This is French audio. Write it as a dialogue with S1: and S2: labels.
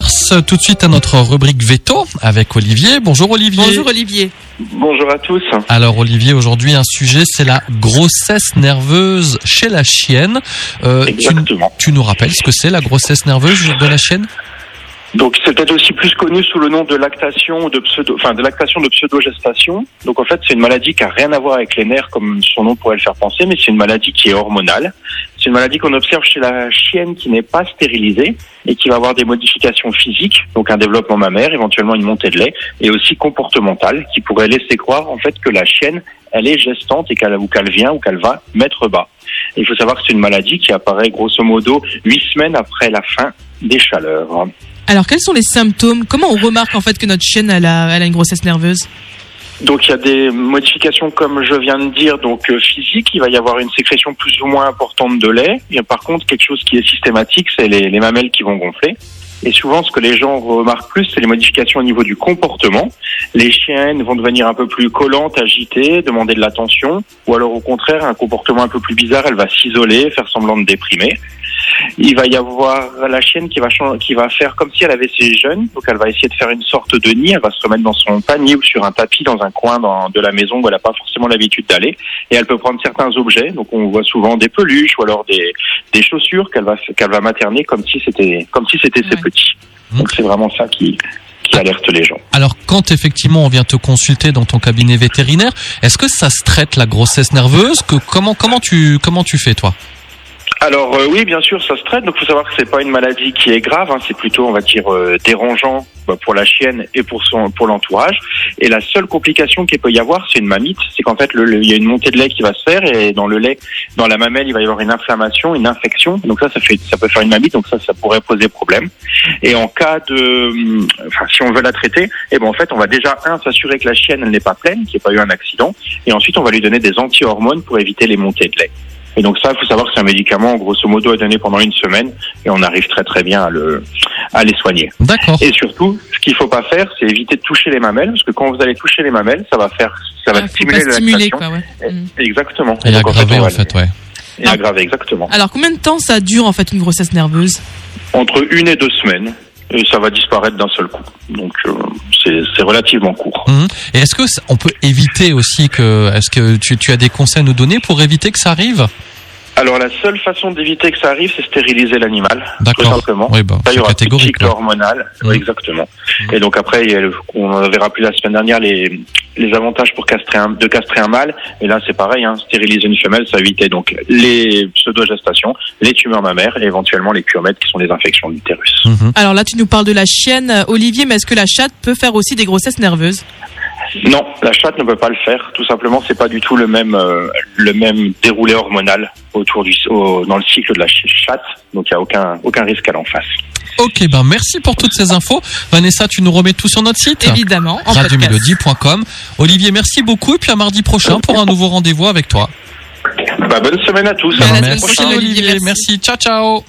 S1: passe tout de suite à notre rubrique veto avec Olivier. Bonjour Olivier.
S2: Bonjour Olivier.
S3: Bonjour à tous.
S1: Alors Olivier, aujourd'hui un sujet, c'est la grossesse nerveuse chez la chienne. Euh, tu,
S3: Exactement.
S1: tu nous rappelles ce que c'est la grossesse nerveuse de la chienne
S3: Donc c'est peut-être aussi plus connu sous le nom de lactation ou de pseudo, enfin de lactation de pseudogestation. Donc en fait c'est une maladie qui a rien à voir avec les nerfs comme son nom pourrait le faire penser, mais c'est une maladie qui est hormonale. C'est une maladie qu'on observe chez la chienne qui n'est pas stérilisée et qui va avoir des modifications physiques, donc un développement mammaire, éventuellement une montée de lait, et aussi comportementale qui pourrait laisser croire en fait que la chienne elle est gestante et qu'elle ou qu'elle vient ou qu'elle va mettre bas. Et il faut savoir que c'est une maladie qui apparaît grosso modo huit semaines après la fin des chaleurs.
S2: Alors quels sont les symptômes Comment on remarque en fait que notre chienne elle a, elle a une grossesse nerveuse
S3: Donc il y a des modifications comme je viens de dire, donc euh, physiques, il va y avoir une sécrétion plus ou moins importante de lait. Il y a par contre quelque chose qui est systématique, c'est les, les mamelles qui vont gonfler. Et souvent, ce que les gens remarquent plus, c'est les modifications au niveau du comportement. Les chiennes vont devenir un peu plus collantes, agitées, demander de l'attention, ou alors au contraire, un comportement un peu plus bizarre, elle va s'isoler, faire semblant de déprimer. Il va y avoir la chienne qui va, chan- qui va faire comme si elle avait ses jeunes, donc elle va essayer de faire une sorte de nid, elle va se remettre dans son panier ou sur un tapis dans un coin dans- de la maison où elle n'a pas forcément l'habitude d'aller, et elle peut prendre certains objets, donc on voit souvent des peluches ou alors des, des chaussures qu'elle va, qu'elle va materner comme si c'était comme si c'était ses
S2: Ouais.
S3: petits. Donc c'est vraiment ça qui, qui alerte les gens.
S1: Alors quand effectivement on vient te consulter dans ton cabinet vétérinaire, est-ce que ça se traite la grossesse nerveuse que, comment, comment, tu, comment tu fais toi
S3: Alors euh, oui, bien sûr, ça se traite. Donc faut savoir que c'est pas une maladie qui est grave. hein. C'est plutôt, on va dire, euh, dérangeant bah, pour la chienne et pour son pour l'entourage. Et la seule complication qu'il peut y avoir, c'est une mamite. C'est qu'en fait, le- le- il y a une montée de lait qui va se faire et dans le lait, dans la mamelle, il va y avoir une inflammation, une infection. Donc ça, ça fait, ça peut faire une mamite. Donc ça, ça pourrait poser problème. Et en cas de, hum, enfin, si on veut la traiter, eh ben en fait, on va déjà un s'assurer que la chienne elle n'est pas pleine, qu'il n'y ait pas eu un accident. Et ensuite, on va lui donner des anti-hormones pour éviter les montées de lait. Et donc ça, il faut savoir que c'est un médicament, grosso modo, à donner pendant une semaine, et on arrive très très bien à, le, à les soigner.
S1: D'accord.
S3: Et surtout, ce qu'il faut pas faire, c'est éviter de toucher les mamelles, parce que quand vous allez toucher les mamelles, ça va faire, ça va
S2: Ah, faut
S3: stimuler
S2: pas
S3: la
S2: stimuler
S3: lactation.
S2: quoi, ouais. Mm.
S3: Exactement.
S1: Et
S3: Donc,
S1: aggravé
S3: on
S1: en
S3: va-
S1: fait, ouais.
S3: Et aggravé, exactement.
S2: Alors combien de temps ça dure en fait une grossesse nerveuse
S3: Entre une et deux semaines, et ça va disparaître d'un seul coup. Donc euh, c'est c'est relativement court.
S1: Et est-ce que ça- on peut éviter aussi que, est-ce que tu, tu as des conseils à nous donner pour éviter que ça arrive
S3: Alors la seule façon d'éviter que ça arrive, c'est stériliser l'animal, tout
S1: D'accord.
S3: simplement.
S1: Oui, bah,
S3: Ça, il y
S1: c'est
S3: aura plus de
S1: catégorique.
S3: cycle
S1: là.
S3: hormonal.
S1: Mm.
S3: Oui, exactement.
S1: Mm.
S3: Et donc après, il y a le- on en avait rappelé la semaine dernière les, les avantages pour castrer un, de castrer un mâle. Et là, c'est pareil, hein, stériliser une femelle, ça évitait donc les pseudogestations, les tumeurs mammaires et éventuellement les puremètes qui sont des infections de l'utérus.
S1: Mhm.
S2: Alors là tu nous parles de la chienne euh, Olivier, mais est-ce que la chatte peut faire aussi des grossesses nerveuses
S3: Non, la chatte ne peut pas le faire. Tout simplement, c'est pas du tout le même euh, le même déroulé hormonal autour du au- dans le cycle de la ch- chatte. Donc il y a aucun aucun risque à l'en face.
S1: Ok, ben merci pour toutes ces infos. Vanessa, tu nous remets tout sur notre site
S2: Évidemment. En podcast.
S1: radiomélodie.com. Olivier, merci beaucoup et puis à mardi prochain pour un nouveau rendez-vous avec toi. Ben,
S3: Bah, bonne semaine à tous.
S2: À la semaine
S1: merci
S2: prochaine, Olivier,
S1: Olivier,
S2: merci.
S1: merci. Ciao ciao.